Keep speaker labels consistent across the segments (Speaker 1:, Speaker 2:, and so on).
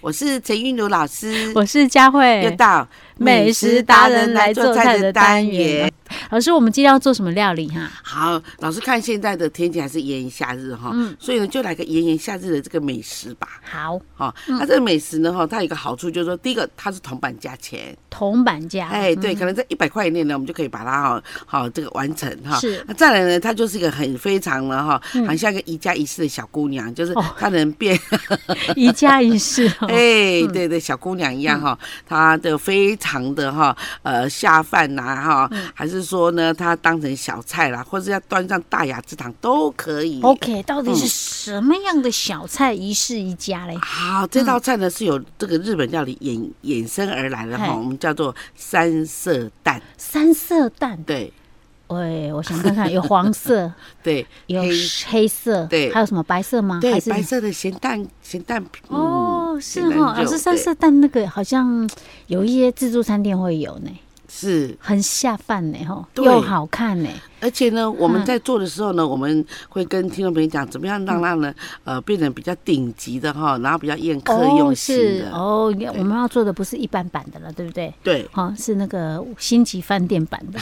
Speaker 1: 我是陈韵如老师，
Speaker 2: 我是佳
Speaker 1: 又
Speaker 2: 慧，
Speaker 1: 到
Speaker 2: 美食达人来做菜的单元。。老师，我们今天要做什么料理哈？
Speaker 1: 好，老师看现在的天气还是炎炎夏日哈，
Speaker 2: 嗯
Speaker 1: 所以呢就来个炎炎夏日的这个美食吧。
Speaker 2: 好，
Speaker 1: 哈、
Speaker 2: 嗯
Speaker 1: 那、这个美食呢哈，它有一个好处就是说，第一个它是铜板价钱，
Speaker 2: 铜板价，
Speaker 1: 哎，对，
Speaker 2: 嗯，
Speaker 1: 可能在一百块以内呢，我们就可以把它哈好这个完成哈。
Speaker 2: 是嗯
Speaker 1: 那再来呢，她就是一个很非常了哈，很像一个宜家宜室的小姑娘，就是
Speaker 2: 哦
Speaker 1: 她能变
Speaker 2: 一加一式哦，嗯
Speaker 1: 哎、对对，小姑娘一样哈，她的非常的哈，呃，下饭呐、哈，
Speaker 2: 嗯
Speaker 1: 还是说呢，她当成小菜啦，或者要端上大雅之堂都可以。
Speaker 2: OK，到底是什么样的小菜一式一家嘞？
Speaker 1: 好，
Speaker 2: 嗯
Speaker 1: 这道菜呢是由这个日本料理衍衍生而来的哈，
Speaker 2: 嘿
Speaker 1: 我们叫做三色蛋，
Speaker 2: 三色蛋，
Speaker 1: 对
Speaker 2: 喂，我想看看，有黄 色，
Speaker 1: 对，
Speaker 2: 有
Speaker 1: 黑
Speaker 2: 黑色，
Speaker 1: 对
Speaker 2: 还有什么白色吗？还
Speaker 1: 对
Speaker 2: 是
Speaker 1: 白色的咸蛋咸蛋皮嗯
Speaker 2: 哦，是哦，老师三。
Speaker 1: 咸蛋肉对
Speaker 2: 色蛋那个好像有一些自助餐店会有呢，
Speaker 1: 是，
Speaker 2: 很下饭呢，吼，
Speaker 1: 对
Speaker 2: 又好看呢，
Speaker 1: 而且呢，我们
Speaker 2: 嗯
Speaker 1: 在做的时候呢，我们会跟听众朋友讲，怎么样让它呢，
Speaker 2: 嗯
Speaker 1: 呃，变成比较顶级的哈，然后比较宴客用
Speaker 2: 哦
Speaker 1: 心
Speaker 2: 是
Speaker 1: 的，
Speaker 2: 哦，我们要做的不是一般版的了，对不对？
Speaker 1: 对，
Speaker 2: 好、是那个星级饭店版 的，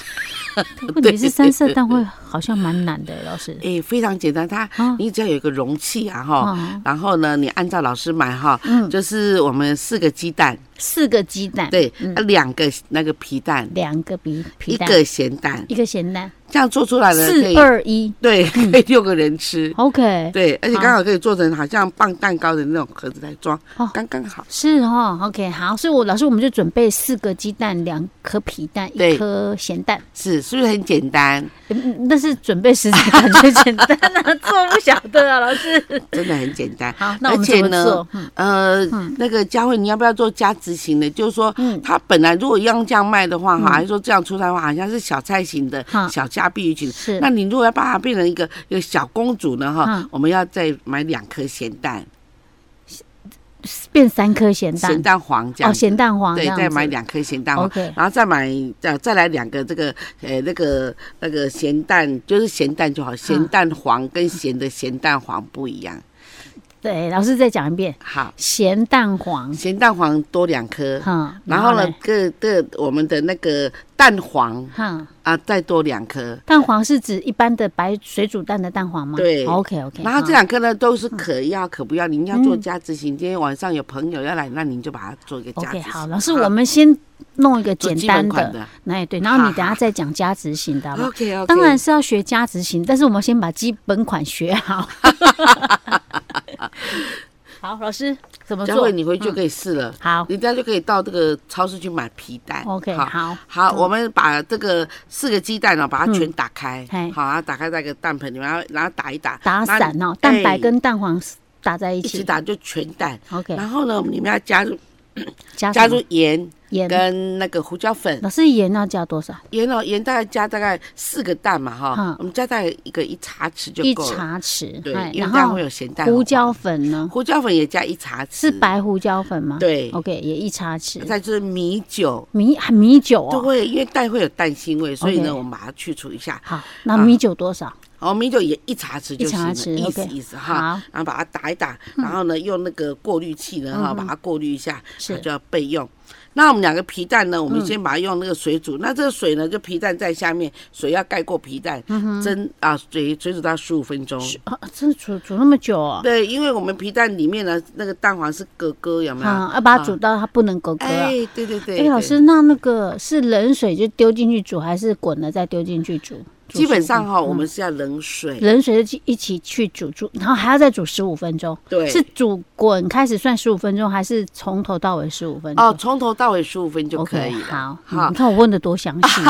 Speaker 2: 问题是三色蛋会好像蛮难的，老师。
Speaker 1: 诶，非常简单，它
Speaker 2: 啊
Speaker 1: 你只要有一个容器啊哈，
Speaker 2: 哦，
Speaker 1: 然后呢，你按照老师买哈，
Speaker 2: 嗯，
Speaker 1: 就是我们四个鸡蛋，
Speaker 2: 四个鸡蛋，
Speaker 1: 对，
Speaker 2: 嗯
Speaker 1: 啊两个那个皮蛋，
Speaker 2: 两个皮皮
Speaker 1: 一
Speaker 2: 蛋，
Speaker 1: 个咸蛋，
Speaker 2: 一个咸蛋，
Speaker 1: 这样做出来了可
Speaker 2: 四
Speaker 1: 以，
Speaker 2: 二嗯哦一
Speaker 1: 对， 可以六个人吃。
Speaker 2: ，OK，
Speaker 1: 对，而且
Speaker 2: 好
Speaker 1: 刚好可以做成好像棒蛋糕的那种盒子来装
Speaker 2: 哦，
Speaker 1: 刚刚好。
Speaker 2: 是哦，OK，好，所以我老师我们就准备四个鸡蛋，两颗皮蛋，
Speaker 1: 对
Speaker 2: 一颗咸蛋，
Speaker 1: 是，是不是很简单？
Speaker 2: 嗯但是准备食材感觉 简 单啊，做不晓得啊，老师。
Speaker 1: 真的很简单。
Speaker 2: 好，那我们
Speaker 1: 而且
Speaker 2: 怎么
Speaker 1: 呢
Speaker 2: 做？嗯
Speaker 1: 呃，那个佳慧，你要不要做加值型的？就是说，
Speaker 2: 嗯，
Speaker 1: 它本来如果要这样卖的话，哈、还是说这样出来的话，好像是小菜型的、
Speaker 2: 哈
Speaker 1: 小家碧玉型的。
Speaker 2: 是
Speaker 1: 嗯那你如果要把它变成一个一个小公主呢，哈、
Speaker 2: 嗯
Speaker 1: 我们要再买两颗咸蛋，
Speaker 2: 变三颗咸
Speaker 1: 咸
Speaker 2: 蛋，
Speaker 1: 蛋黄这
Speaker 2: 哦，
Speaker 1: 样，
Speaker 2: 咸蛋黄这
Speaker 1: 对，
Speaker 2: 样
Speaker 1: 再
Speaker 2: 子
Speaker 1: 买两颗咸蛋黄。
Speaker 2: ，OK，
Speaker 1: 然后再买，再再来两个这个，呃，那个那个咸蛋，就是咸蛋就好，咸蛋黄跟咸的咸蛋黄不一样。
Speaker 2: 对，老师再讲一遍，
Speaker 1: 好，
Speaker 2: 咸蛋黄，
Speaker 1: 咸蛋黄多两颗，
Speaker 2: 哈，
Speaker 1: 然后呢
Speaker 2: 嘞，，
Speaker 1: 各各我们的那个蛋黄
Speaker 2: 哈，
Speaker 1: 啊，再多两颗。
Speaker 2: 蛋黄是指一般的白水煮蛋的蛋黄吗？
Speaker 1: 对
Speaker 2: ，OK OK，
Speaker 1: 然后这两颗呢都是
Speaker 2: 嗯
Speaker 1: 可要可不要，您要做加值型。今天晚上有朋友要来，那您就把它做一个加值
Speaker 2: OK
Speaker 1: 型。
Speaker 2: 好，老师，我们先弄一个
Speaker 1: 做
Speaker 2: 简
Speaker 1: 基
Speaker 2: 单
Speaker 1: 本款
Speaker 2: 的，
Speaker 1: 的。
Speaker 2: 那也对，然后
Speaker 1: 好
Speaker 2: 你等下再讲加值型的好不好
Speaker 1: OK OK，
Speaker 2: 当然是要学加值型，但是我们先把基本款学 好。好，老师怎么
Speaker 1: 佳慧
Speaker 2: 做？
Speaker 1: 你回去就可以试了，
Speaker 2: 好
Speaker 1: 你等下就可以到这个超市去买皮蛋。
Speaker 2: 嗯，OK，
Speaker 1: 好。
Speaker 2: 好，嗯
Speaker 1: 好，我们把这个四个鸡蛋呢，哦把它全打开
Speaker 2: 嘿，
Speaker 1: 好，然后打开在一个蛋盆里面，然后然后打一打，
Speaker 2: 打
Speaker 1: 然后
Speaker 2: 散哦，蛋白
Speaker 1: 哎
Speaker 2: 跟蛋黄打在一
Speaker 1: 一起
Speaker 2: 起。
Speaker 1: 打就全蛋。
Speaker 2: OK，
Speaker 1: 然后呢，我们里面要加入
Speaker 2: 加
Speaker 1: 加
Speaker 2: 什么
Speaker 1: 入盐
Speaker 2: 盐，
Speaker 1: 跟那个胡椒粉，
Speaker 2: 老师盐要加多少？
Speaker 1: 盐哦，盐大概加大概四个蛋嘛哈
Speaker 2: 嗯，
Speaker 1: 我们加大概一个一茶匙就
Speaker 2: 一
Speaker 1: 够了。
Speaker 2: 茶匙，
Speaker 1: 对
Speaker 2: 哎，
Speaker 1: 因
Speaker 2: 然
Speaker 1: 为这样
Speaker 2: 后
Speaker 1: 会有咸蛋
Speaker 2: 胡
Speaker 1: 黄
Speaker 2: 椒粉呢？
Speaker 1: 胡椒粉也加一茶匙，
Speaker 2: 是白胡椒粉吗？
Speaker 1: 对
Speaker 2: ，OK，也一茶匙。
Speaker 1: 再就是米酒，
Speaker 2: 米还米酒
Speaker 1: 就
Speaker 2: 哦，
Speaker 1: 会因为蛋会有蛋腥味，所以呢，
Speaker 2: OK
Speaker 1: 我们把它去除一下。
Speaker 2: 好，
Speaker 1: 啊
Speaker 2: 那米酒多少？
Speaker 1: 哦，米酒也一茶匙就行了，
Speaker 2: 一茶匙
Speaker 1: 意思
Speaker 2: OK
Speaker 1: 意思哈。
Speaker 2: 好，
Speaker 1: 然后把它打一打，
Speaker 2: 嗯
Speaker 1: 然后呢，用那个过滤器呢哈，把它过滤一下，
Speaker 2: 是嗯
Speaker 1: 它就要备用。那我们两个皮蛋呢，我们先把它用那个水煮。那这个水呢，就皮蛋在下面，水要盖过皮蛋，
Speaker 2: 嗯
Speaker 1: 蒸啊水水煮到十五分钟。
Speaker 2: 啊，真的煮煮那么久哦？
Speaker 1: 对，因为我们皮蛋里面呢，那个蛋黄是咯咯，有没有？
Speaker 2: 啊，要把它煮到它不能勾勾啊。
Speaker 1: 哎，对对对，
Speaker 2: 哎，老
Speaker 1: 对
Speaker 2: 师，那那个是冷水就丢进去煮，还是滚了再丢进去煮？煮
Speaker 1: 基本
Speaker 2: 15
Speaker 1: 上哈，
Speaker 2: 嗯
Speaker 1: 我们是要冷水，
Speaker 2: 冷水就一起去煮煮，然后还要再煮十五分钟。
Speaker 1: 对，
Speaker 2: 是煮滚开始算十五分钟，还是从头到尾十五分钟？
Speaker 1: 哦，从头到尾十五分就可
Speaker 2: OK，
Speaker 1: 以了。
Speaker 2: 好，
Speaker 1: 好
Speaker 2: 嗯你看我问的多详 细。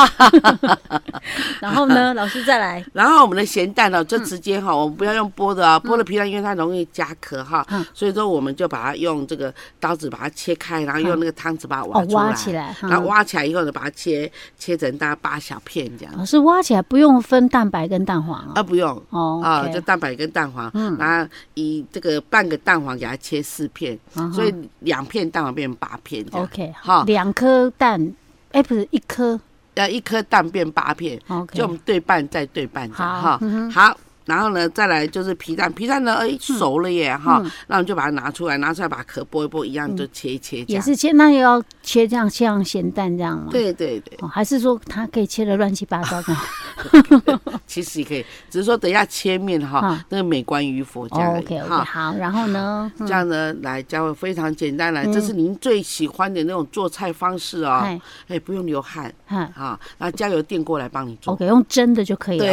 Speaker 2: 然后呢，老师再来，
Speaker 1: 然后我们的咸蛋呢、
Speaker 2: 嗯
Speaker 1: 就直接哈、我们不要用剥的啊，剥的皮蛋因为它容易夹壳哈，
Speaker 2: 嗯
Speaker 1: 所以说我们就把它用这个刀子把它切开，然后用那个汤匙把它 挖
Speaker 2: 哦，
Speaker 1: 出来，
Speaker 2: 挖起来，
Speaker 1: 然后
Speaker 2: 嗯
Speaker 1: 挖起来以后呢，把它切切成大概八小片这样，
Speaker 2: 老师挖起来不用分蛋白跟蛋黄哦
Speaker 1: 啊不用。
Speaker 2: 哦
Speaker 1: 啊、
Speaker 2: ，OK，嗯
Speaker 1: 就蛋白跟蛋黄，然后以这个半个蛋黄给它切四片，
Speaker 2: 嗯哼
Speaker 1: 所以两片蛋黄变八片这样，
Speaker 2: OK，
Speaker 1: 哈
Speaker 2: 好，两颗蛋，哎，不是一颗
Speaker 1: 要一颗蛋变八片，
Speaker 2: ，OK，
Speaker 1: 就我们对半再对半这样
Speaker 2: 好
Speaker 1: 哈。
Speaker 2: 嗯哼嗯
Speaker 1: 好，然后呢，再来就是皮蛋，皮蛋呢，哎，熟了耶哈，那我们就把它拿出来，拿出来把壳剥一剥，一样就切一切这
Speaker 2: 嗯也
Speaker 1: 样。
Speaker 2: 是切，那也要切这样像咸蛋这样吗？
Speaker 1: 对对对，
Speaker 2: 哦，还是说它可以切的乱七八糟的？
Speaker 1: 其实也可以，只是说等一下切面哈
Speaker 2: 啊，
Speaker 1: 那个美观鱼佛 这样而
Speaker 2: 哦
Speaker 1: 已
Speaker 2: OK OK，
Speaker 1: 哈。
Speaker 2: 好，嗯然后呢？
Speaker 1: 这样呢，来，教会非常简单来，这是您最喜欢的那种做菜方式哦。
Speaker 2: 嗯嗨
Speaker 1: 哎，不用流汗
Speaker 2: 嗨
Speaker 1: 啊，那加油电锅来帮你做。
Speaker 2: ，OK，用蒸的就可以了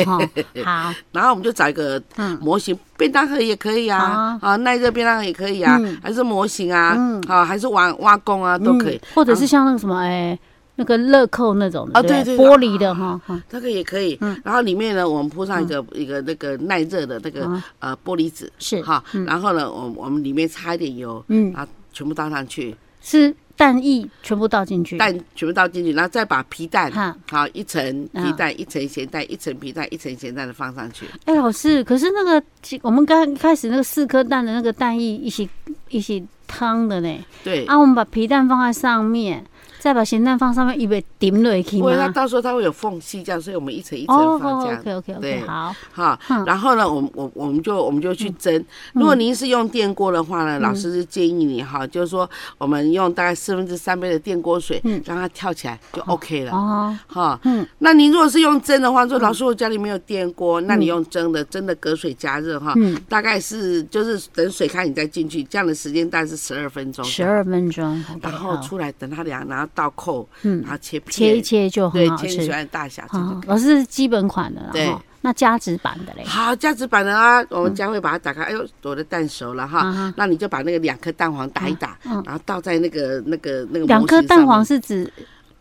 Speaker 1: 对
Speaker 2: 哈。 好，
Speaker 1: 然后我们就找一个
Speaker 2: 嗯
Speaker 1: 模型，便当盒也可以啊
Speaker 2: 啊，
Speaker 1: 啊，耐热便当盒也可以啊
Speaker 2: 嗯，
Speaker 1: 还是模型啊，啊，还是挖挖工啊，都可以
Speaker 2: 嗯。或者是像那个什么，哎，那个乐扣那种的，
Speaker 1: 啊
Speaker 2: 对
Speaker 1: 对
Speaker 2: 不
Speaker 1: 对对啊
Speaker 2: 玻璃的哈，哈
Speaker 1: 那个也可以，
Speaker 2: 嗯
Speaker 1: 然后里面呢，我们铺上一个一个那个耐热的那个
Speaker 2: 啊
Speaker 1: 呃玻璃纸，
Speaker 2: 是
Speaker 1: 哈，然后呢，我我们里面擦一点油，
Speaker 2: 嗯，
Speaker 1: 啊，全部倒上去，
Speaker 2: 是蛋液全部倒进去，
Speaker 1: 蛋全部倒进去，然后再把皮蛋，
Speaker 2: 哈，
Speaker 1: 好一层
Speaker 2: 嗯
Speaker 1: 皮蛋，一层咸蛋，一层皮蛋，一层咸蛋的放上去，
Speaker 2: 哎，老师，可是那个我们刚开始那个四颗蛋的那个蛋液一起一起汤的呢，
Speaker 1: 对，
Speaker 2: 啊，我们把皮蛋放在上面，再把咸蛋放上面，以为顶落去
Speaker 1: 因为它
Speaker 2: 吗？
Speaker 1: 到时候它会有缝隙这样，所以我们一层一
Speaker 2: 哦
Speaker 1: 层放这样。
Speaker 2: ，OK OK OK，
Speaker 1: 对
Speaker 2: 好，
Speaker 1: 哈
Speaker 2: 嗯，
Speaker 1: 然后呢，我们我我们就我们就去蒸。如果您是用电锅的话呢，
Speaker 2: 嗯
Speaker 1: 老师是建议你哈，就是说我们用大概四分之三杯的电锅水，
Speaker 2: 嗯
Speaker 1: 让它跳起来就 OK 了。
Speaker 2: 哦，
Speaker 1: 哈，
Speaker 2: 嗯，
Speaker 1: 那您如果是用蒸的话，说老师我家里没有电锅，那你用蒸的，蒸的隔水加热哈，
Speaker 2: 嗯
Speaker 1: 大概是就是等水开你再进去，这样的时间大概是十二分钟，
Speaker 2: 十，二分钟，OK，
Speaker 1: 然后
Speaker 2: 好，
Speaker 1: 出来等它凉，然后倒扣，
Speaker 2: 嗯
Speaker 1: 然，后切片，
Speaker 2: 切一，嗯切就很
Speaker 1: 对，
Speaker 2: 好
Speaker 1: 切你喜
Speaker 2: 吃。
Speaker 1: 欢的大小，这
Speaker 2: 好
Speaker 1: 个，
Speaker 2: 哦老师是基本款的啦，
Speaker 1: 对
Speaker 2: 哈那加值版的嘞，
Speaker 1: 好，价值版的啊，我们将会把它打开，哎呦，我的蛋熟了哈，
Speaker 2: 啊嗯哈
Speaker 1: 那你就把那个两颗蛋黄打一打，
Speaker 2: 嗯
Speaker 1: 然后倒在那个那个那个
Speaker 2: 两
Speaker 1: 模
Speaker 2: 颗
Speaker 1: 型上
Speaker 2: 蛋黄
Speaker 1: 面
Speaker 2: 是指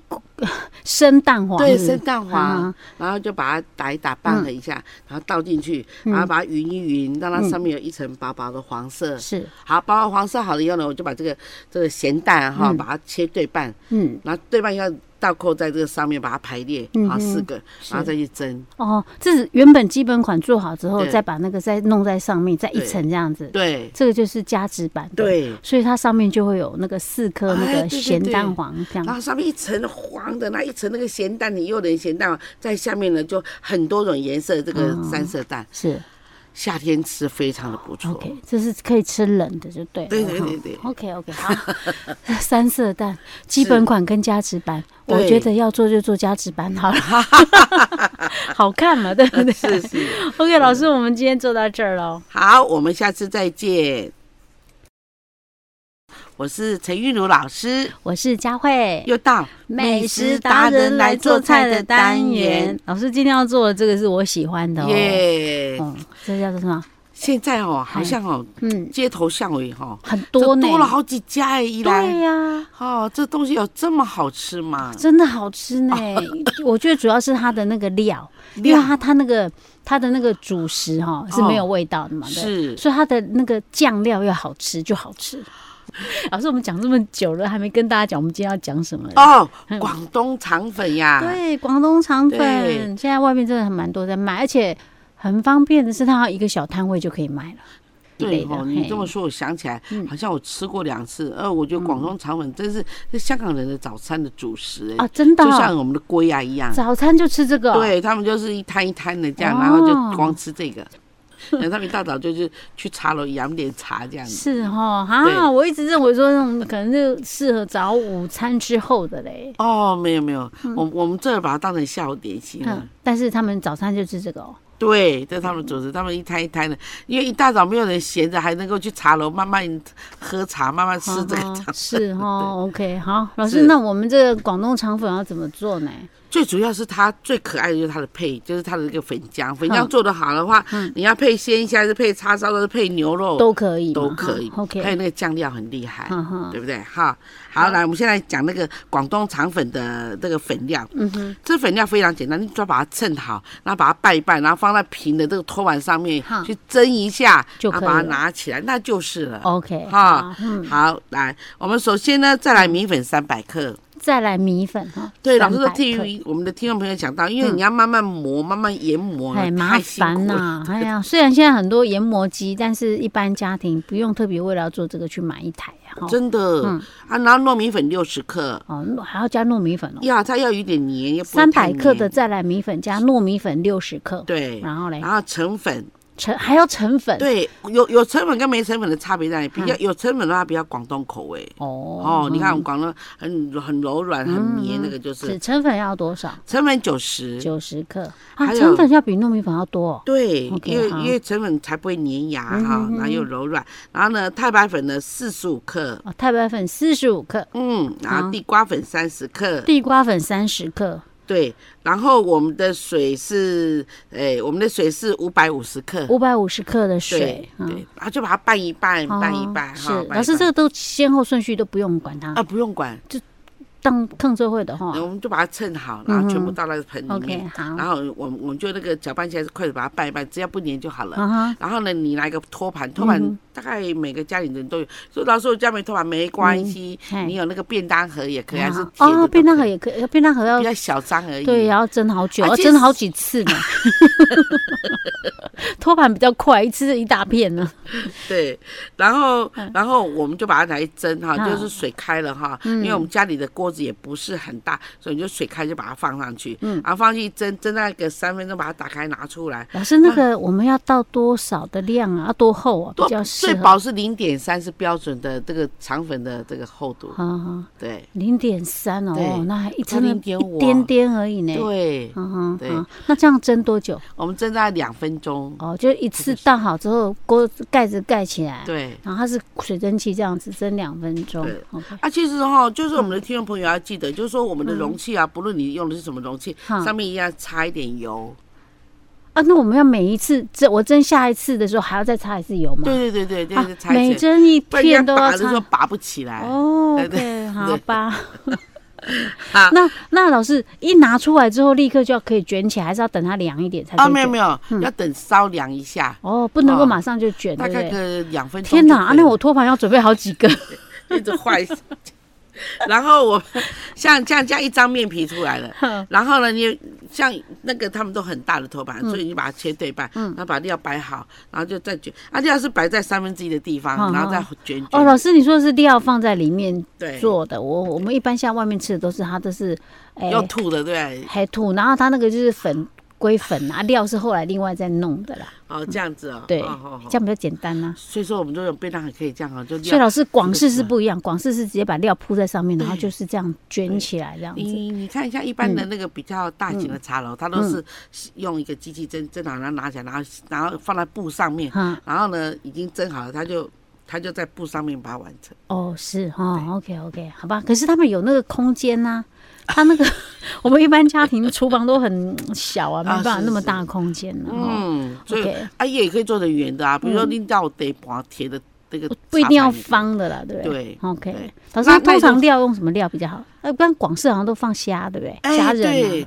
Speaker 2: 呃生蛋黄，
Speaker 1: 对
Speaker 2: 是不是
Speaker 1: 生蛋黄，
Speaker 2: 啊
Speaker 1: 然后就把它打一打拌了一
Speaker 2: 嗯
Speaker 1: 下，然后倒进去，然后把它匀一匀，让它上面有一层薄薄的黄色。
Speaker 2: 是，
Speaker 1: 好，薄薄黄色好了以后呢，我就把这个这个咸蛋哈，
Speaker 2: 嗯
Speaker 1: 把它切对半，
Speaker 2: 嗯，
Speaker 1: 然后对半要倒扣在这个上面，把它排列
Speaker 2: 嗯
Speaker 1: 好
Speaker 2: 哼
Speaker 1: 四个，
Speaker 2: 是
Speaker 1: 然后再去蒸。
Speaker 2: 哦，这是原本基本款做好之后，
Speaker 1: 对
Speaker 2: 再把那个再弄在上面，再一层这样子，
Speaker 1: 对
Speaker 2: 这个就是加值版的。
Speaker 1: 对，
Speaker 2: 所以它上面就会有那个四颗那
Speaker 1: 哎
Speaker 2: 个
Speaker 1: 对啊对
Speaker 2: 咸蛋
Speaker 1: 对
Speaker 2: 黄这
Speaker 1: 然
Speaker 2: 样。
Speaker 1: 后上面一层黄的，那一层那个咸蛋，你又能咸蛋黄，在下面呢就很多种颜色，这个
Speaker 2: 哦
Speaker 1: 三色蛋，
Speaker 2: 是
Speaker 1: 夏天吃非常的不错。
Speaker 2: ，OK，这是可以吃冷的，就对了。
Speaker 1: 对对
Speaker 2: 哈
Speaker 1: 对对
Speaker 2: OK OK，好， 三色蛋基本款跟加值版，我
Speaker 1: 对
Speaker 2: 觉得要做就做加值版 好了，好看嘛，对不对？
Speaker 1: 是是，
Speaker 2: OK，老师，我们今天做到这儿喽。
Speaker 1: 好，我们下次再见。我是陈玉茹老师，
Speaker 2: 我是佳慧，
Speaker 1: 又到
Speaker 2: 元。老师今天要做的这个是我喜欢的哦，
Speaker 1: 耶！
Speaker 2: 嗯，这叫做什么？
Speaker 1: 现在哦，好像哦，
Speaker 2: 嗯，
Speaker 1: 街头巷尾哈，
Speaker 2: 很
Speaker 1: 就
Speaker 2: 多呢，
Speaker 1: 多了好几家哎，依
Speaker 2: 对
Speaker 1: 然
Speaker 2: 呀、
Speaker 1: 哦，这东西有这么好吃吗？
Speaker 2: 真的好吃 呢。我觉得主要是它的那个料，因
Speaker 1: 啊
Speaker 2: 为它它那个它的那个主食哈、是没有味道的嘛，对。
Speaker 1: 哦是
Speaker 2: 所以它的那个酱料要好吃就好吃。 老师，我们讲这么久了，还没跟大家讲我们今天要讲什么。
Speaker 1: 哦，广东肠粉呀，
Speaker 2: 嗯对，广东肠粉
Speaker 1: 对
Speaker 2: 现在外面真的很蛮多在卖，而且很方便的是，它一个小摊位就可以买了。
Speaker 1: 对
Speaker 2: 一类的
Speaker 1: 哦，
Speaker 2: 嘿嗯
Speaker 1: 你这么说，我想起来，好像我吃过两次。呃，我觉得广东肠粉真是是香港人的早餐的主食
Speaker 2: 啊，
Speaker 1: 哎，
Speaker 2: 真的
Speaker 1: 就
Speaker 2: 哦、
Speaker 1: 像我们的龟呀一样。
Speaker 2: 早餐就吃这个哦、
Speaker 1: 对他们就是一摊一摊的这样，
Speaker 2: 哦
Speaker 1: 然后就光吃这个。 然后他们一大早就是去茶楼养点茶这样子。
Speaker 2: 是哈
Speaker 1: 对
Speaker 2: 啊，我一直认为说那种可能就适合早午餐之后的嘞。
Speaker 1: 哦，没有没有，我我们这儿把它当成下午点心了。
Speaker 2: 嗯，但是他们早餐就吃这个哦。
Speaker 1: 对，这是他们主
Speaker 2: 嗯
Speaker 1: 食，他们一摊一摊的，因为一大早没有人闲着，还能够去茶楼慢慢喝茶，慢慢吃这个
Speaker 2: 哈哈
Speaker 1: 茶。
Speaker 2: 是哈，OK，好，老
Speaker 1: 是
Speaker 2: 师，那我们这个广东肠粉要怎么做呢？
Speaker 1: 最主要是它最可爱的就是它的配，就是它的这个粉浆。粉浆
Speaker 2: 嗯
Speaker 1: 做得好的话，你要配鲜虾，还是配叉烧，还是配牛肉，
Speaker 2: 都可以嘛，
Speaker 1: 都可以
Speaker 2: 哈。OK，嗯
Speaker 1: 还有那个酱料很厉害。
Speaker 2: 哈哈，
Speaker 1: 对不对？哈，好，来，我们现在讲那个广东肠粉的那个粉料。
Speaker 2: 嗯哼，
Speaker 1: 这粉料非常简单，你只要把它称好，然后把它拌一拌，然后放在平的这个托盘上面
Speaker 2: 好
Speaker 1: 去蒸一下，
Speaker 2: 就
Speaker 1: 然
Speaker 2: 可以
Speaker 1: 后
Speaker 2: 了
Speaker 1: 把
Speaker 2: 哦
Speaker 1: 它拿起来，那就是了。
Speaker 2: ，OK，
Speaker 1: 哈
Speaker 2: 好，嗯，
Speaker 1: 好，来，我们首先呢，再来米粉三百克。
Speaker 2: 再来米粉哈，
Speaker 1: 对，老师说
Speaker 2: 300克嗯
Speaker 1: 替我们的听众朋友讲到，因为你要慢慢磨，慢慢研磨，
Speaker 2: 哎，麻
Speaker 1: 太辛苦
Speaker 2: 烦
Speaker 1: 了。
Speaker 2: 呐、哎呀，虽然现在很多研磨机，但是一般家庭不用特别为了要做这个去买一台哈、啊。
Speaker 1: 真的、啊，然后糯米粉六十克，
Speaker 2: 哦，糯还要加糯米粉哦，
Speaker 1: 呀，它要有点黏，要不会
Speaker 2: 三
Speaker 1: 太
Speaker 2: 百克的哎
Speaker 1: 黏
Speaker 2: 再来米粉加糯米粉六十克，
Speaker 1: 对，
Speaker 2: 然后嘞，
Speaker 1: 然后成粉
Speaker 2: 成还要成粉，
Speaker 1: 对，有有成粉跟没成粉的差别在哪里？比较有成粉的话，比较广东口味。
Speaker 2: 嗯哦
Speaker 1: 哦，你看我们广东很很柔软、很绵，那个就是是
Speaker 2: 成粉要多少？
Speaker 1: 成本九十。
Speaker 2: 嗯九十克啊，
Speaker 1: 还有
Speaker 2: 成粉要比糯米粉要多哦、
Speaker 1: 对
Speaker 2: OK，
Speaker 1: 因为
Speaker 2: 好嗯
Speaker 1: 因为成粉才不会粘牙哈，然后又柔软。然后呢，太白粉呢四十五克，
Speaker 2: 哦，太白粉四十五克，
Speaker 1: 嗯，然后
Speaker 2: 好
Speaker 1: 地瓜粉三十克，
Speaker 2: 地瓜粉三十克，
Speaker 1: 对。然后我们的水是，诶，我们的水是五百五十克，
Speaker 2: 五百五十克的
Speaker 1: 对
Speaker 2: 水，嗯
Speaker 1: 对，然后就把它拌一拌，拌一
Speaker 2: 哦
Speaker 1: 拌
Speaker 2: 是
Speaker 1: 哈。拌一
Speaker 2: 老师，
Speaker 1: 拌
Speaker 2: 这个都先后顺序都不用管它，
Speaker 1: 啊不嗯用管，
Speaker 2: 当坑最会的哈。
Speaker 1: 我们就把它称好，然后全部倒到那个盆里
Speaker 2: 哦嗯 OK，
Speaker 1: 面，
Speaker 2: 好，
Speaker 1: 然后我们我们就那个搅拌起来，快点把它拌一拌，只要不粘就好了。
Speaker 2: 啊哈，
Speaker 1: 然后呢，你拿一个托
Speaker 2: 嗯
Speaker 1: 盘，托盘大概每个家里人都有。说老师，我家没托盘没关系，
Speaker 2: 嗯嘿
Speaker 1: 你有那个便当盒也可以，还是铁的都可
Speaker 2: 哦，
Speaker 1: 以
Speaker 2: 便当盒也可以，便当盒要
Speaker 1: 比较小张而已。
Speaker 2: 对，也要蒸好久，
Speaker 1: 啊
Speaker 2: 要
Speaker 1: 其实
Speaker 2: 蒸好几次呢。 托盘比较快，一次一大片呢。
Speaker 1: 对然后然后我们就把它拿去蒸哈，
Speaker 2: 嗯
Speaker 1: 就是水开了哈，因为我们家里的锅子也不是很大，所以你就水开就把它放上去，
Speaker 2: 嗯
Speaker 1: 然后放进去蒸，蒸大概三分钟，把它打开拿出来。
Speaker 2: 老师，那个我们要倒多少的量啊？要多厚啊？比
Speaker 1: 多
Speaker 2: 较适
Speaker 1: 最
Speaker 2: 合。
Speaker 1: 薄是零点三，是标准的这个肠粉的这个厚度。
Speaker 2: 啊，
Speaker 1: 对
Speaker 2: 零点三哦
Speaker 1: 对，
Speaker 2: 那还一
Speaker 1: 才
Speaker 2: 真的
Speaker 1: 0.5
Speaker 2: 一点点而已呢。
Speaker 1: 啊对，
Speaker 2: 嗯哼，
Speaker 1: 对
Speaker 2: 好那这样蒸多久？
Speaker 1: 我们蒸大概两分钟。
Speaker 2: 哦，就一次倒好之后，锅子盖子盖起来，
Speaker 1: 对。
Speaker 2: 然后它是水蒸气这样子蒸两分钟
Speaker 1: 对。
Speaker 2: OK，
Speaker 1: 啊，其实哈、就是我们
Speaker 2: 嗯
Speaker 1: 的听众朋友要记得，就是说我们的容器啊，不论你用的是什么容器，
Speaker 2: 好
Speaker 1: 上面一定要擦一点油。
Speaker 2: 啊，那我们要每一次蒸，我蒸下一次的时候还要再擦一次油吗？
Speaker 1: 对对对对
Speaker 2: 啊
Speaker 1: 对，擦一
Speaker 2: 每
Speaker 1: 点，
Speaker 2: 蒸一
Speaker 1: 不然人
Speaker 2: 片
Speaker 1: 家
Speaker 2: 都
Speaker 1: 拔
Speaker 2: 要
Speaker 1: 的时候
Speaker 2: 擦。
Speaker 1: 拔不起来。
Speaker 2: 哦
Speaker 1: 对对
Speaker 2: ，OK，好
Speaker 1: 对
Speaker 2: 吧。
Speaker 1: 啊
Speaker 2: 那那老师一拿出来之后，立刻就要可以卷起来，还是要等它凉一点才可
Speaker 1: 啊，
Speaker 2: 以卷？
Speaker 1: 没有没有，要等稍凉一下，
Speaker 2: 哦，不能够
Speaker 1: 哦
Speaker 2: 马上就卷，
Speaker 1: 大
Speaker 2: 嗯对不
Speaker 1: 概
Speaker 2: 对？
Speaker 1: 个两分钟就可以
Speaker 2: 天
Speaker 1: 了。
Speaker 2: 哪，啊啊那我托盘要准备好几 个。哦
Speaker 1: 一直坏死。 然后我像像这样一张面皮出来了
Speaker 2: 哼，
Speaker 1: 然后呢，你像那个他们都很大的头
Speaker 2: 嗯
Speaker 1: 盘，所以你把它切对半，然后把料摆好，然后就再卷。啊，料是摆在三分之一的地方，
Speaker 2: 嗯
Speaker 1: 然后再卷
Speaker 2: 哦，
Speaker 1: 卷。
Speaker 2: 老师，你说的是料放在里面
Speaker 1: 对，
Speaker 2: 做的，我我们一般像外面吃的都是它都是，哎、
Speaker 1: 要吐的，对不对，
Speaker 2: 还吐，然后它那个就是粉归粉啊，料是后来另外再弄的啦，
Speaker 1: 哦，这样子哦，
Speaker 2: 对，
Speaker 1: 哦哦哦
Speaker 2: 这样比较简单啦、
Speaker 1: 所以说我们这种便当也可以这样哦，就
Speaker 2: 所以
Speaker 1: 料。
Speaker 2: 老师广式是不一样，广式是直接把料铺在上面，然后
Speaker 1: 对
Speaker 2: 就是这样卷起来这样子。嗯
Speaker 1: 你你看一下一般的那个比较大型的茶楼，它都是用一个机器蒸蒸好，然后拿起来，然后然后放在布上面，
Speaker 2: 哈、
Speaker 1: 然后呢，已经蒸好了，他就他就在布上面把它完成。
Speaker 2: 哦，是哈、哦、，OK OK，好吧。可是他们有那个空间呐、他那个 我们一般家庭厨房都很小啊，没
Speaker 1: 啊
Speaker 2: 办法
Speaker 1: 是
Speaker 2: 那么
Speaker 1: 是
Speaker 2: 大空间、啊。哦
Speaker 1: 嗯，所以
Speaker 2: OK，嗯
Speaker 1: 啊也可以做成圆的啊，比如说拎到得把铁的那个，
Speaker 2: 不一定要。方的啦，对不对？
Speaker 1: 对，
Speaker 2: OK，
Speaker 1: 对那
Speaker 2: 老师
Speaker 1: 那
Speaker 2: 通常
Speaker 1: 就
Speaker 2: 料用什么料比较好？呃，不然广式好像都放虾，对不对？虾
Speaker 1: 哎
Speaker 2: 仁、
Speaker 1: 对
Speaker 2: 啊，，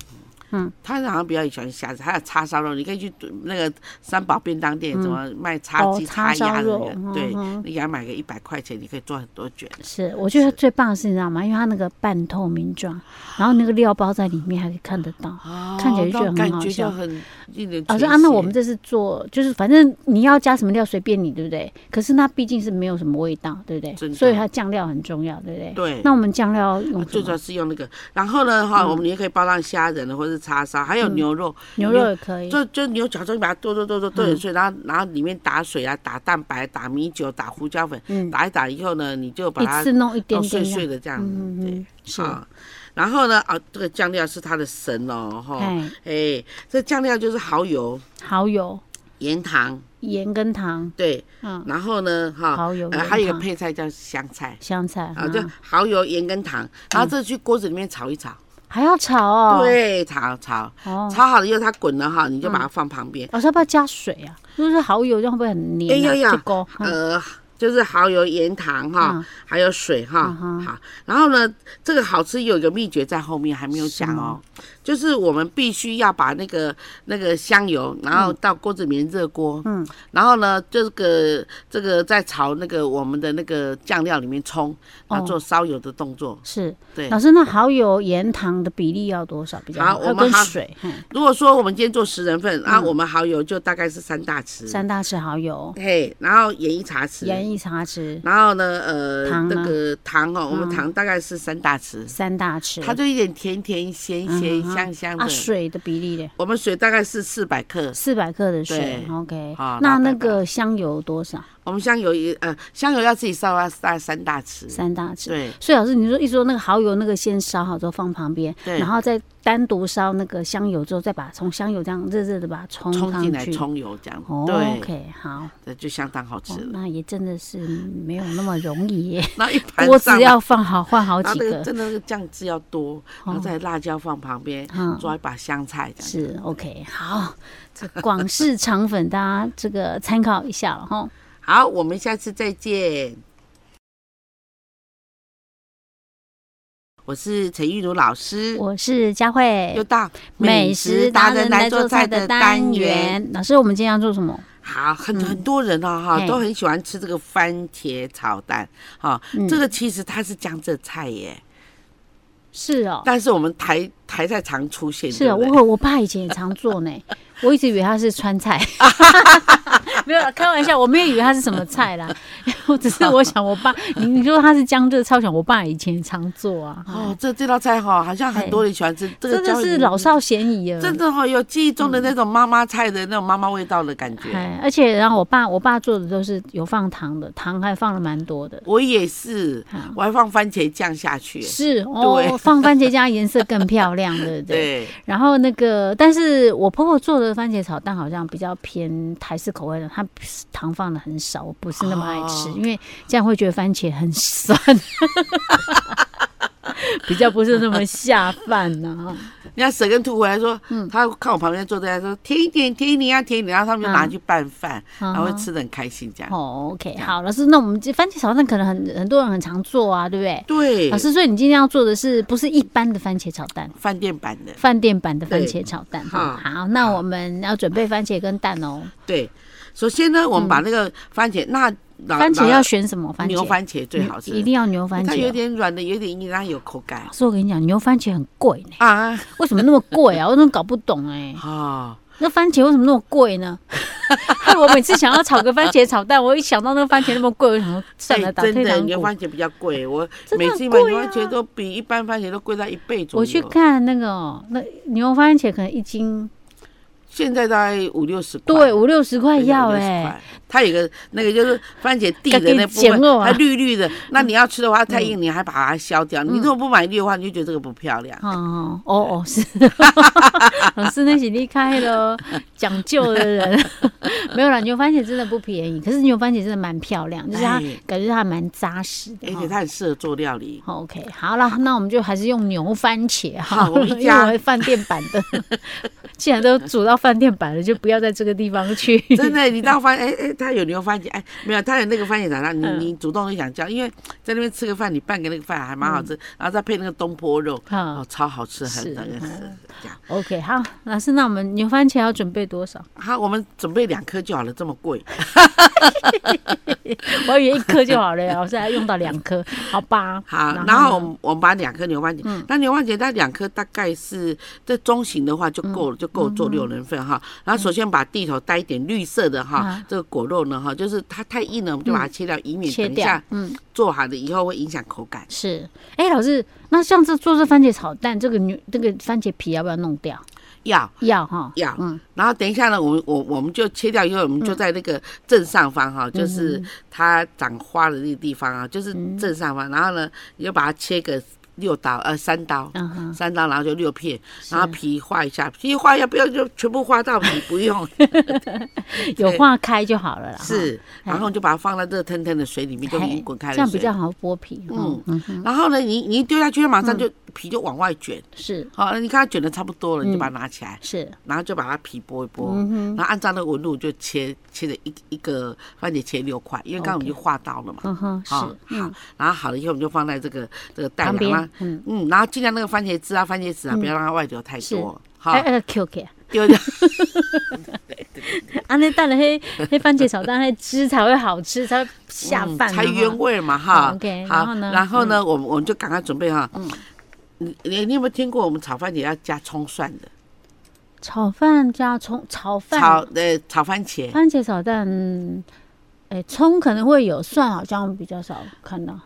Speaker 2: 嗯，
Speaker 1: 他好像比较喜欢虾子，还有叉烧肉，你可以去那个三宝便当店，怎么卖叉
Speaker 2: 哦
Speaker 1: 鸡、
Speaker 2: 叉烧
Speaker 1: 鸭的
Speaker 2: 肉
Speaker 1: 那个，对
Speaker 2: 嗯哼，
Speaker 1: 你给他买个一百块钱，你可以做很多卷。
Speaker 2: 是，我觉得最棒的是你知道吗？因为它那个半透明状，
Speaker 1: 啊
Speaker 2: 然后那个料包在里面还可以看得到。
Speaker 1: 哦
Speaker 2: 看起来就觉得很
Speaker 1: 感
Speaker 2: 好
Speaker 1: 觉就
Speaker 2: 笑
Speaker 1: 很令人
Speaker 2: 老
Speaker 1: 垂
Speaker 2: 师
Speaker 1: 涎。
Speaker 2: 啊，那我们这次做就是反正你要加什么料随便你，对不对？可是那毕竟是没有什么味道，对不
Speaker 1: 真
Speaker 2: 对？
Speaker 1: 的
Speaker 2: 所以它酱料很重要，对不对？
Speaker 1: 对啊
Speaker 2: 那我们嗯酱料要用什
Speaker 1: 最主
Speaker 2: 么
Speaker 1: 要？是用那个，然后呢哈，我们也可以包上虾仁或是叉烧，还有牛肉，
Speaker 2: 嗯牛肉也嗯可以。
Speaker 1: 就就牛角中把它剁剁剁剁剁点碎，然后然后里面打水啊，打蛋白，打米酒，打胡椒粉，
Speaker 2: 嗯，
Speaker 1: 打一打以后呢，你就把
Speaker 2: 一
Speaker 1: 它
Speaker 2: 次弄一点
Speaker 1: 弄碎
Speaker 2: 点这样。
Speaker 1: 碎的这样
Speaker 2: 嗯
Speaker 1: 子，
Speaker 2: 嗯
Speaker 1: 对
Speaker 2: 嗯，，是。
Speaker 1: 啊。然后呢，啊，这个酱料是它的神哦，哈，
Speaker 2: 哎，
Speaker 1: 哎，这酱料就是蚝油、
Speaker 2: 蚝油、
Speaker 1: 盐糖，
Speaker 2: 盐跟糖，
Speaker 1: 对，
Speaker 2: 嗯，
Speaker 1: 然后呢，哈，
Speaker 2: 蚝油、
Speaker 1: 呃
Speaker 2: 盐
Speaker 1: 还有一个
Speaker 2: 糖
Speaker 1: 配菜叫香菜。
Speaker 2: 香菜
Speaker 1: 啊，就
Speaker 2: 嗯
Speaker 1: 蚝油、盐跟糖，然后这去锅子里面炒一炒，
Speaker 2: 还要炒哦。，
Speaker 1: 对，炒炒
Speaker 2: 哦，
Speaker 1: 炒好了以后它滚了哈，你就把它放旁边，
Speaker 2: 老师要不要加水啊？如果是蚝油，这样会不会很黏、啊？
Speaker 1: 哎呀呀
Speaker 2: 就勾嗯
Speaker 1: 呃，就是蚝油、盐、糖哈，
Speaker 2: 嗯
Speaker 1: 还有水哈
Speaker 2: 嗯。哼
Speaker 1: 好，然后呢，这个好吃有一个秘诀在后面还没有
Speaker 2: 什
Speaker 1: 讲哦
Speaker 2: 么，
Speaker 1: 就是我们必须要把那个那个香油，然后到锅子里面热锅，
Speaker 2: 嗯，
Speaker 1: 然后呢，这个这个再朝那个我们的那个酱料里面冲，然后
Speaker 2: 哦
Speaker 1: 做烧油的动作。
Speaker 2: 是，
Speaker 1: 对
Speaker 2: 老师，那蚝油、盐、糖的比例要多少比较
Speaker 1: 好
Speaker 2: 好？
Speaker 1: 我
Speaker 2: 要
Speaker 1: 们
Speaker 2: 跟
Speaker 1: 蚝
Speaker 2: 水，嗯嘿
Speaker 1: 如果说我们今天做十人份，啊，我们蚝油就大概是三大匙，
Speaker 2: 嗯三大匙蚝油，
Speaker 1: 嘿，然后盐一茶匙，
Speaker 2: 盐一茶匙，
Speaker 1: 然后呢，呃，
Speaker 2: 糖呢
Speaker 1: 那个糖哦，我们
Speaker 2: 嗯
Speaker 1: 糖大概是三大匙，
Speaker 2: 三大匙。
Speaker 1: 它就一点甜甜咸咸
Speaker 2: 嗯哼
Speaker 1: 香香的
Speaker 2: 啊，。水的比例嘞，
Speaker 1: 我们水大概是四百克，
Speaker 2: 四百克的水
Speaker 1: 对
Speaker 2: ，OK
Speaker 1: 好。
Speaker 2: 那
Speaker 1: 然后再
Speaker 2: 那
Speaker 1: 把
Speaker 2: 个香油多少？
Speaker 1: 我们香油也呃香油要自己烧啊，大概三大匙。
Speaker 2: 三大匙。
Speaker 1: 对
Speaker 2: 所以老师，你说一直说那个蚝油那个先烧好之后放旁边，
Speaker 1: 对
Speaker 2: 然后再单独烧那个香油之后，再把从香油这样热热的把它冲
Speaker 1: 冲
Speaker 2: 上
Speaker 1: 进来
Speaker 2: 去。
Speaker 1: 冲油这样，
Speaker 2: 哦
Speaker 1: 对，
Speaker 2: OK，好、
Speaker 1: 那就相当好吃
Speaker 2: 哦
Speaker 1: 了。
Speaker 2: 那也真的是没有那么容易 耶，
Speaker 1: 那一盘
Speaker 2: 锅
Speaker 1: 上
Speaker 2: 子
Speaker 1: 来，
Speaker 2: 要放好换好
Speaker 1: 然
Speaker 2: 几
Speaker 1: 后那个
Speaker 2: 啊个。哦
Speaker 1: 真的那个酱汁要多，然后再辣椒放旁边，
Speaker 2: 嗯，
Speaker 1: 抓一把香菜这样。
Speaker 2: 是 OK，好，这广式肠粉大家这个参考一下了哈。
Speaker 1: 好，我们下次再见。我是陈玉茹老师，
Speaker 2: 我是佳慧
Speaker 1: 又，到
Speaker 2: 美食达人来做菜的单。元。老师，我们今天要做什么？
Speaker 1: 好，很
Speaker 2: 嗯
Speaker 1: 很多人哦，哈，
Speaker 2: 嘿
Speaker 1: 都很喜欢吃这个番茄炒蛋，哈，
Speaker 2: 嗯
Speaker 1: 这个其实它是江浙菜耶，
Speaker 2: 是哦，
Speaker 1: 但是我们台台菜常出现，
Speaker 2: 是
Speaker 1: 对
Speaker 2: 啊，
Speaker 1: 不对
Speaker 2: 我我爸以前也常做 呢，我一直以为他是川菜，没有啦，开玩笑，我没有以为他是什么菜啦， 我只是我想我爸，你你说他是江浙菜，我想我爸以前也常做啊，
Speaker 1: 哦，这这道菜哈，好像很多人喜欢吃，这个
Speaker 2: 真的
Speaker 1: 叫
Speaker 2: 是老少嗯咸宜啊，
Speaker 1: 真的哈，有记忆中的那种妈妈菜的那种妈妈味道的感觉。
Speaker 2: 哎，而且然后我爸我爸做的都是有放糖的，糖还放了蛮多的，
Speaker 1: 我也是，
Speaker 2: 好
Speaker 1: 我还放番茄酱下去，
Speaker 2: 是哦
Speaker 1: 对，
Speaker 2: 放番茄加颜色更漂亮，对不对？
Speaker 1: 对，
Speaker 2: 然后那个，但是我婆婆做的番茄炒蛋好像比较偏台式口味的，她糖放的很少，我不是那么爱吃，
Speaker 1: 哦
Speaker 2: 因为这样会觉得番茄很酸， 比较不是那么下饭啊 呢、
Speaker 1: 人家蛇跟兔回来说，
Speaker 2: 嗯
Speaker 1: 他看我旁边坐在，他说甜一点，甜一点啊，甜一点，然后他们就拿去拌饭，
Speaker 2: 嗯
Speaker 1: 然后会吃的很开心这样。
Speaker 2: 哦，OK，好，老师，那我们这番茄炒蛋可能很很多人很常做啊，对不对？
Speaker 1: 对
Speaker 2: 老，师，所以你今天要做的是不是一般的番茄炒蛋？
Speaker 1: 饭店版的，
Speaker 2: 饭店版的番
Speaker 1: 对
Speaker 2: 茄炒蛋哈，
Speaker 1: 嗯
Speaker 2: 好，那我们要准备番茄跟蛋哦。
Speaker 1: 对。首先呢，我们把那个番茄，那老
Speaker 2: 番茄
Speaker 1: 老
Speaker 2: 要选什么番茄？
Speaker 1: 牛番茄最好吃，
Speaker 2: 嗯一定要牛番茄
Speaker 1: 它
Speaker 2: 哦。
Speaker 1: 有点软的，有点硬，它有口感
Speaker 2: 老师，我跟你讲，牛番茄很贵呢，
Speaker 1: 啊。
Speaker 2: 为什么那么贵啊？我 真的搞不懂哎、
Speaker 1: 哦，
Speaker 2: 那番茄为什么那么贵呢？ 害我每次想要炒个番茄炒蛋，我一想到那个番茄那么贵，我想说算了，
Speaker 1: 哎
Speaker 2: 打
Speaker 1: 真
Speaker 2: 退
Speaker 1: 的
Speaker 2: 堂
Speaker 1: 牛
Speaker 2: 鼓。
Speaker 1: 番茄比较贵，我
Speaker 2: 真的
Speaker 1: 每
Speaker 2: 很
Speaker 1: 次买
Speaker 2: 贵
Speaker 1: 牛番
Speaker 2: 啊
Speaker 1: 茄都比一般番茄都贵到一倍左右。
Speaker 2: 我去看那个哦、那牛番茄可能一斤
Speaker 1: 现在大概五六十块，
Speaker 2: 对五六十块
Speaker 1: 对
Speaker 2: 要
Speaker 1: 五六十
Speaker 2: 哎、
Speaker 1: 块它有一个那个就是番茄蒂
Speaker 2: 给
Speaker 1: 的
Speaker 2: 给
Speaker 1: 那部
Speaker 2: 剪
Speaker 1: 分，
Speaker 2: 了啊嗯
Speaker 1: 它绿绿的。那你要吃的话，它太硬，你还把它削掉。你如果不买绿的话，你就觉得这个不漂亮。
Speaker 2: 哦哦哦，是， 老师那是离开了讲究的人， 没有啦。牛番茄真的不便宜，可是牛番茄真的蛮漂亮，就是它
Speaker 1: 哎
Speaker 2: 感觉它还蛮扎实的
Speaker 1: 而
Speaker 2: 哈。
Speaker 1: 哎且它很适合做料 理。
Speaker 2: 好 OK，好了，那我们就还是用牛番茄哈，
Speaker 1: 好 我们一
Speaker 2: 因
Speaker 1: 家
Speaker 2: 为饭店版的， 既然都煮到饭店版了，就不要在这个地方去。
Speaker 1: 真的，你到番哎哎，它有牛番茄，哎没有，它有那个番茄炒蛋，你
Speaker 2: 嗯
Speaker 1: 你主动就想叫，因为在那边吃个饭，你拌个那个饭还蛮好吃，然后再配那个东坡肉，
Speaker 2: 哈
Speaker 1: 哦，超好吃，很
Speaker 2: 嗯是
Speaker 1: 那个
Speaker 2: 哦
Speaker 1: 是这样。
Speaker 2: ，OK，好，老师，那我们牛番茄要准备多少？
Speaker 1: 好，我们准备两颗就好了，这么贵。
Speaker 2: 我以为一颗就好了，老师还用到两 颗，好吧？
Speaker 1: 好，
Speaker 2: 然
Speaker 1: 然后我
Speaker 2: 后呢嗯
Speaker 1: 们我们把两颗牛番茄，那牛番茄它两颗大概是这中型的话就够
Speaker 2: 嗯
Speaker 1: 了，就够做六人份哈。然后首先把地头带一点绿色的哈
Speaker 2: 啊，嗯
Speaker 1: 这个果肉呢哈，就是它太硬了，我们就把它切掉，以免
Speaker 2: 切
Speaker 1: 等一
Speaker 2: 掉
Speaker 1: 下，
Speaker 2: 嗯，
Speaker 1: 做好了以后会影响口感。
Speaker 2: 是。哎，老师，那像这做这番茄炒蛋，这个牛这个番茄皮要不要弄掉？
Speaker 1: 要
Speaker 2: 要哈，
Speaker 1: 要，
Speaker 2: 嗯
Speaker 1: 然后等一下呢，我们我我们就切掉以后，我们就在那个正上方
Speaker 2: 嗯
Speaker 1: 哈，就是它长花的那个地方啊，就是正上
Speaker 2: 嗯
Speaker 1: 方。然后呢，你就把它切个六刀呃三刀。
Speaker 2: 嗯哼，
Speaker 1: 三刀，然后就六片，
Speaker 2: 是
Speaker 1: 然后皮画一下，皮画要不要就全部画到皮，不 用
Speaker 2: 有化开就好了啦。哈
Speaker 1: 是，然后你就把它放在热腾腾的水里面，就已
Speaker 2: 嘿
Speaker 1: 经滚开
Speaker 2: 这样
Speaker 1: 了
Speaker 2: 比
Speaker 1: 水。
Speaker 2: 较好剥皮。嗯
Speaker 1: 嗯
Speaker 2: 嗯哼，
Speaker 1: 然后呢，你你一丢下去，马上就皮就往外卷。
Speaker 2: 是
Speaker 1: 好，你看它卷的差不多了，你就把它拿起来，
Speaker 2: 是，
Speaker 1: 然后就把它皮剥一剥，
Speaker 2: 嗯哼
Speaker 1: 然后按照那个纹路就切切了一一个番茄切六块，因为刚刚我们就画到了嘛。
Speaker 2: 嗯哼，是
Speaker 1: 好，好，然后好了以后我们就放在这个这个袋
Speaker 2: 旁
Speaker 1: 里
Speaker 2: 边
Speaker 1: 啦。
Speaker 2: 嗯，
Speaker 1: 嗯，然后尽量那个番茄汁啊、番茄籽啊，不要让它外流太
Speaker 2: 是
Speaker 1: 多。好
Speaker 2: 哎，哎，Q K，
Speaker 1: 丢掉。
Speaker 2: 啊，那 蛋了黑黑番茄炒蛋，那汁才会好吃，才会下
Speaker 1: 嗯
Speaker 2: 饭啊
Speaker 1: 才原味嘛哈
Speaker 2: 嗯。，OK，
Speaker 1: 好
Speaker 2: 然后呢嗯
Speaker 1: 然后呢，我们我们就赶快准备哈。你你你有没有听过我们炒番茄要加葱蒜的？
Speaker 2: 炒饭加葱炒饭
Speaker 1: 炒呃炒番茄，
Speaker 2: 番茄炒蛋。嗯哎、葱可能会有，蒜好像比较少看到。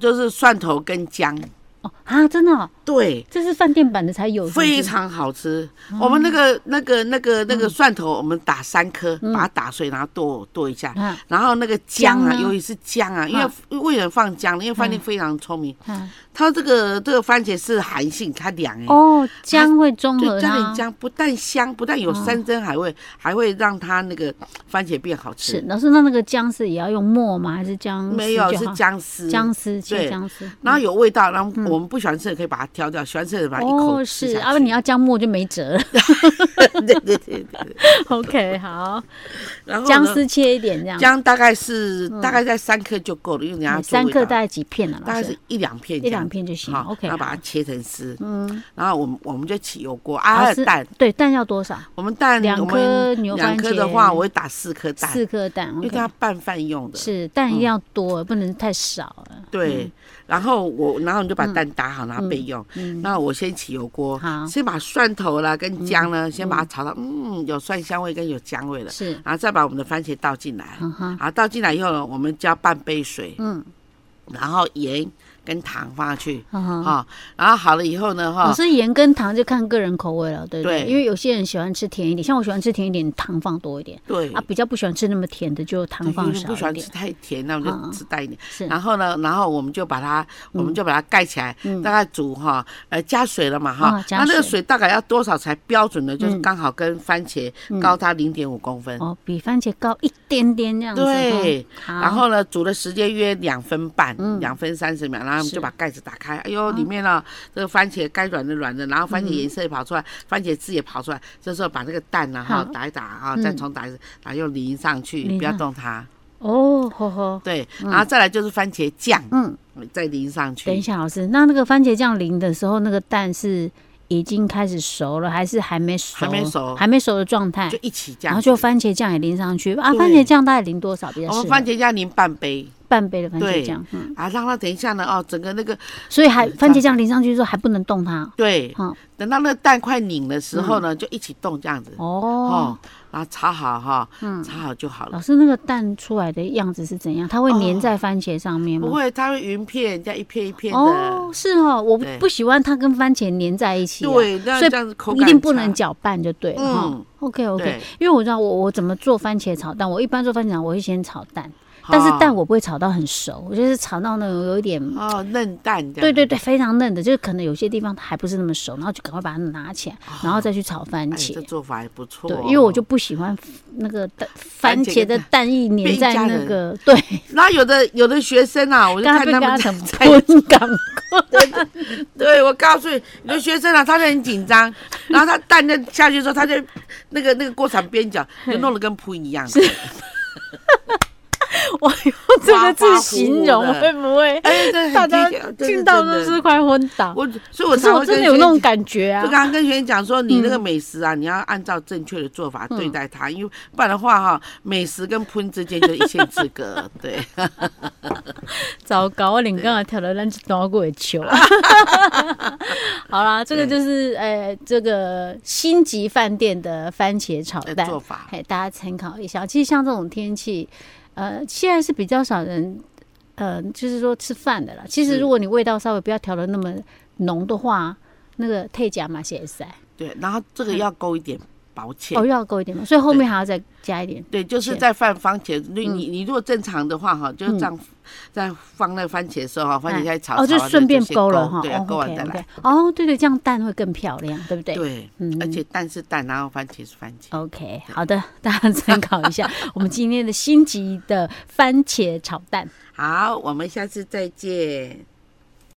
Speaker 1: 就是蒜头跟姜，
Speaker 2: 哦啊，真的、哦，
Speaker 1: 对，
Speaker 2: 这是饭店版的才有，是不嗯是
Speaker 1: 非常好吃。我们那个那个那个那
Speaker 2: 嗯
Speaker 1: 个蒜头，我们打三颗，把它打碎，然后剁剁一下。
Speaker 2: 啊
Speaker 1: 然后那个姜啊，
Speaker 2: 姜啊嗯
Speaker 1: 尤其是姜啊，因为为什么放姜呢？因为饭店非常聪明，
Speaker 2: 啊
Speaker 1: 它这个这个番茄是寒性，它凉哎、
Speaker 2: 哦，姜会中
Speaker 1: 对，
Speaker 2: 和
Speaker 1: 加点
Speaker 2: 它。
Speaker 1: 姜，不但香，不但有
Speaker 2: 嗯
Speaker 1: 山珍海味，还会让它那个番茄变好
Speaker 2: 是
Speaker 1: 吃。，
Speaker 2: 老师，那那个姜是也要用末吗？还是姜丝
Speaker 1: 没有
Speaker 2: 就是好
Speaker 1: 姜丝，
Speaker 2: 姜丝，切
Speaker 1: 对
Speaker 2: 姜丝。
Speaker 1: 然后有味道，然后我们不喜欢吃的可以把它挑掉，喜欢吃的把它一口
Speaker 2: 哦，
Speaker 1: 吃
Speaker 2: 是，
Speaker 1: 下
Speaker 2: 啊，
Speaker 1: 去。
Speaker 2: 不你要 姜末就没辙了。
Speaker 1: 对对对对。
Speaker 2: OK，好，
Speaker 1: 然后呢
Speaker 2: 姜丝切一点这样，
Speaker 1: 姜大概是大概在三颗就够了，因为你要
Speaker 2: 嗯
Speaker 1: 做
Speaker 2: 三
Speaker 1: 味
Speaker 2: 克
Speaker 1: 道
Speaker 2: 大概几片啊？
Speaker 1: 大
Speaker 2: 老
Speaker 1: 概是
Speaker 2: 师，
Speaker 1: 一两片，
Speaker 2: 一两。片就行。
Speaker 1: 好
Speaker 2: OK，
Speaker 1: 然后把
Speaker 2: 好
Speaker 1: 它切成丝，
Speaker 2: 嗯，
Speaker 1: 然后我们我们就起油锅
Speaker 2: 老
Speaker 1: 啊，还有
Speaker 2: 师
Speaker 1: 蛋，
Speaker 2: 对蛋要多少？
Speaker 1: 我们蛋
Speaker 2: 两
Speaker 1: 我
Speaker 2: 颗
Speaker 1: 们
Speaker 2: 牛
Speaker 1: 两
Speaker 2: 番
Speaker 1: 颗的
Speaker 2: 茄
Speaker 1: 话，我会打四颗蛋，
Speaker 2: 四颗蛋
Speaker 1: 因为
Speaker 2: ，OK
Speaker 1: 它。拌饭用的。
Speaker 2: 是蛋一定要多，不能太少了。
Speaker 1: 对，然后我，然后你就把蛋打好，然后备用。那我先起油锅
Speaker 2: 嗯好，嗯
Speaker 1: 先把蒜头啦跟姜呢，先把它炒到嗯有蒜香味跟有姜味了，
Speaker 2: 是，
Speaker 1: 然后再把我们的番茄倒进来。
Speaker 2: 嗯哼，
Speaker 1: 好，倒进来以后呢，我们加半杯水，
Speaker 2: 嗯，
Speaker 1: 然后盐跟糖放下去，
Speaker 2: 嗯哦
Speaker 1: 哈、
Speaker 2: 哼。
Speaker 1: 然后好了以后呢，哈、
Speaker 2: 老师盐跟糖就看个人口味了，对不对？
Speaker 1: 对
Speaker 2: 因为有些人喜欢吃甜一点，像我喜欢吃甜一点，糖放多一点
Speaker 1: 对
Speaker 2: 啊，，比较不喜欢吃那么甜的，就
Speaker 1: 对
Speaker 2: 糖
Speaker 1: 因
Speaker 2: 放
Speaker 1: 为不喜
Speaker 2: 少一
Speaker 1: 欢吃
Speaker 2: 点。嗯
Speaker 1: 太甜，那我们就吃淡一点。
Speaker 2: 是，
Speaker 1: 然后呢，然后我们就把它，
Speaker 2: 嗯
Speaker 1: 我们就把它盖起来，大概煮哈，呃，加水了嘛哈
Speaker 2: 啊，嗯加
Speaker 1: 那那个
Speaker 2: 水
Speaker 1: 水大概要多少才标准呢？就是
Speaker 2: 嗯
Speaker 1: 刚好跟番茄高它零点五公分。
Speaker 2: 哦，比番茄高一点点这样子。
Speaker 1: 对
Speaker 2: 哈，嗯
Speaker 1: 然后呢，煮的时间约两分半，两分三十秒，然后我们
Speaker 2: 是哦
Speaker 1: 就把盖子打开。哎呦，里面呢，这个番茄该软的软的，然后番
Speaker 2: 嗯
Speaker 1: 茄颜色也跑出来，番茄汁也跑出来。这时候把那个蛋呢，哈
Speaker 2: 好，
Speaker 1: 打一打啊，
Speaker 2: 嗯
Speaker 1: 再重打一次，然后又淋上去，
Speaker 2: 淋
Speaker 1: 不要
Speaker 2: 上
Speaker 1: 动它。
Speaker 2: 哦，吼吼，
Speaker 1: 对，然后再来就是番茄酱，
Speaker 2: 嗯，
Speaker 1: 再淋上
Speaker 2: 等一
Speaker 1: 去。
Speaker 2: 下，老师，那那个番茄酱淋的时候，那个蛋是已经开始熟了，还是还没熟？
Speaker 1: 还没熟
Speaker 2: 还没熟的状态
Speaker 1: 就。一起这
Speaker 2: 哎
Speaker 1: 样
Speaker 2: 然后
Speaker 1: 子，
Speaker 2: 就番茄酱也淋上去啊，
Speaker 1: 对
Speaker 2: 番茄酱大概淋多少比较
Speaker 1: 我
Speaker 2: 适
Speaker 1: 们
Speaker 2: 合
Speaker 1: 番？茄酱淋半杯
Speaker 2: 半杯的番
Speaker 1: 对
Speaker 2: 茄酱，嗯，
Speaker 1: 啊，让它等一下呢哦，整个那个
Speaker 2: 所以还
Speaker 1: 嗯
Speaker 2: 番茄酱淋上去之后还不能动它，
Speaker 1: 对
Speaker 2: 好，
Speaker 1: 等到那个蛋快拧的时候呢，就一起动这样子
Speaker 2: 嗯哦。嗯
Speaker 1: 哦，然后炒好哈，炒好就好了
Speaker 2: 老。师，那个蛋出来的样子是怎样？它会粘在番茄上面
Speaker 1: 哦不
Speaker 2: 吗？
Speaker 1: 会，它会云片，这样一片一片的。
Speaker 2: 嗯哦，是哦，我不
Speaker 1: 对
Speaker 2: 不喜欢它跟番茄粘在一起啊，
Speaker 1: 对，那
Speaker 2: 所以
Speaker 1: 这样子口感
Speaker 2: 一定不能
Speaker 1: 讲。
Speaker 2: 搅拌就对了哈
Speaker 1: 嗯。
Speaker 2: OK OK，
Speaker 1: 对，
Speaker 2: 因为我知道我我怎么做番茄炒蛋，我一般做番茄炒蛋我会先炒蛋，但是蛋
Speaker 1: 哦
Speaker 2: 我不会炒到很熟，我就是炒到那种有一点，
Speaker 1: 哦嫩蛋这样。
Speaker 2: 对对对，非常嫩的，就是可能有些地方它还不是那么熟，然后就赶快把它拿起来，然后再去炒番
Speaker 1: 哦哎，这
Speaker 2: 茄。
Speaker 1: 做法还不错。哦
Speaker 2: 对，因为我就不喜欢那个蛋番
Speaker 1: 番茄
Speaker 2: 茄的
Speaker 1: 跟
Speaker 2: 蛋液粘
Speaker 1: 变
Speaker 2: 在
Speaker 1: 家
Speaker 2: 那
Speaker 1: 人
Speaker 2: 个，对，
Speaker 1: 那有的有的学生啊，我就
Speaker 2: 刚
Speaker 1: 看
Speaker 2: 被
Speaker 1: 他
Speaker 2: 刚
Speaker 1: 们
Speaker 2: 怎么
Speaker 1: 在，
Speaker 2: 吞 港
Speaker 1: 对我告诉你，有的学生啊，他就很紧 张，然后他蛋在下去之后，他就那个那个锅铲边角就弄得跟扑一样。
Speaker 2: 我用这
Speaker 1: 花
Speaker 2: 个
Speaker 1: 花
Speaker 2: 字
Speaker 1: 乎乎
Speaker 2: 形容
Speaker 1: 的
Speaker 2: 会不 会
Speaker 1: 哎，对，很
Speaker 2: 大家
Speaker 1: 低调这
Speaker 2: 听到
Speaker 1: 真
Speaker 2: 都
Speaker 1: 的
Speaker 2: 是快昏倒？
Speaker 1: 我，所以我
Speaker 2: 可是
Speaker 1: 才
Speaker 2: 我
Speaker 1: 会
Speaker 2: 真
Speaker 1: 跟
Speaker 2: 的有
Speaker 1: 学
Speaker 2: 那种
Speaker 1: 生
Speaker 2: 感觉啊嗯
Speaker 1: 就。刚刚跟学员讲说，你那个美食啊，你要按照正确的做法对待它，因为不然的话哈、美食跟喷之间就一线之隔。 对，
Speaker 2: 糟糕，我连刚刚跳了咱一段过的 球。好啦，这个就是呃，这个星级饭店的番茄炒
Speaker 1: 呃
Speaker 2: 蛋
Speaker 1: 做法
Speaker 2: 嘿，大家参考一下。其实像这种天气，呃，现在是比较少人，呃，就是说吃饭的啦。其实
Speaker 1: 是
Speaker 2: 如果你味道稍微不要调的那么浓的话，那个退加嘛，写塞
Speaker 1: 对，然后这个要勾一点薄芡。
Speaker 2: 哦，又要够一点嘛，所以后面还要再加一点。
Speaker 1: 对，就是
Speaker 2: 芡
Speaker 1: 在放番茄，你
Speaker 2: 嗯
Speaker 1: 你你如果正常的话哈，就是这样，在放那个番茄的时候哈，番茄在炒炒
Speaker 2: 哦，就
Speaker 1: 完
Speaker 2: 顺便
Speaker 1: 先
Speaker 2: 勾了哈。
Speaker 1: 对啊，
Speaker 2: 哦
Speaker 1: 勾完再
Speaker 2: OK，OK
Speaker 1: 来。
Speaker 2: 哦，对对，这样蛋会更漂亮，对不对？
Speaker 1: 对，
Speaker 2: 嗯哦
Speaker 1: 而且蛋是蛋，然后番茄是番茄。
Speaker 2: OK，好的，大家参考一下我们今天的星级的番茄炒蛋。
Speaker 1: 好，我们下次再见。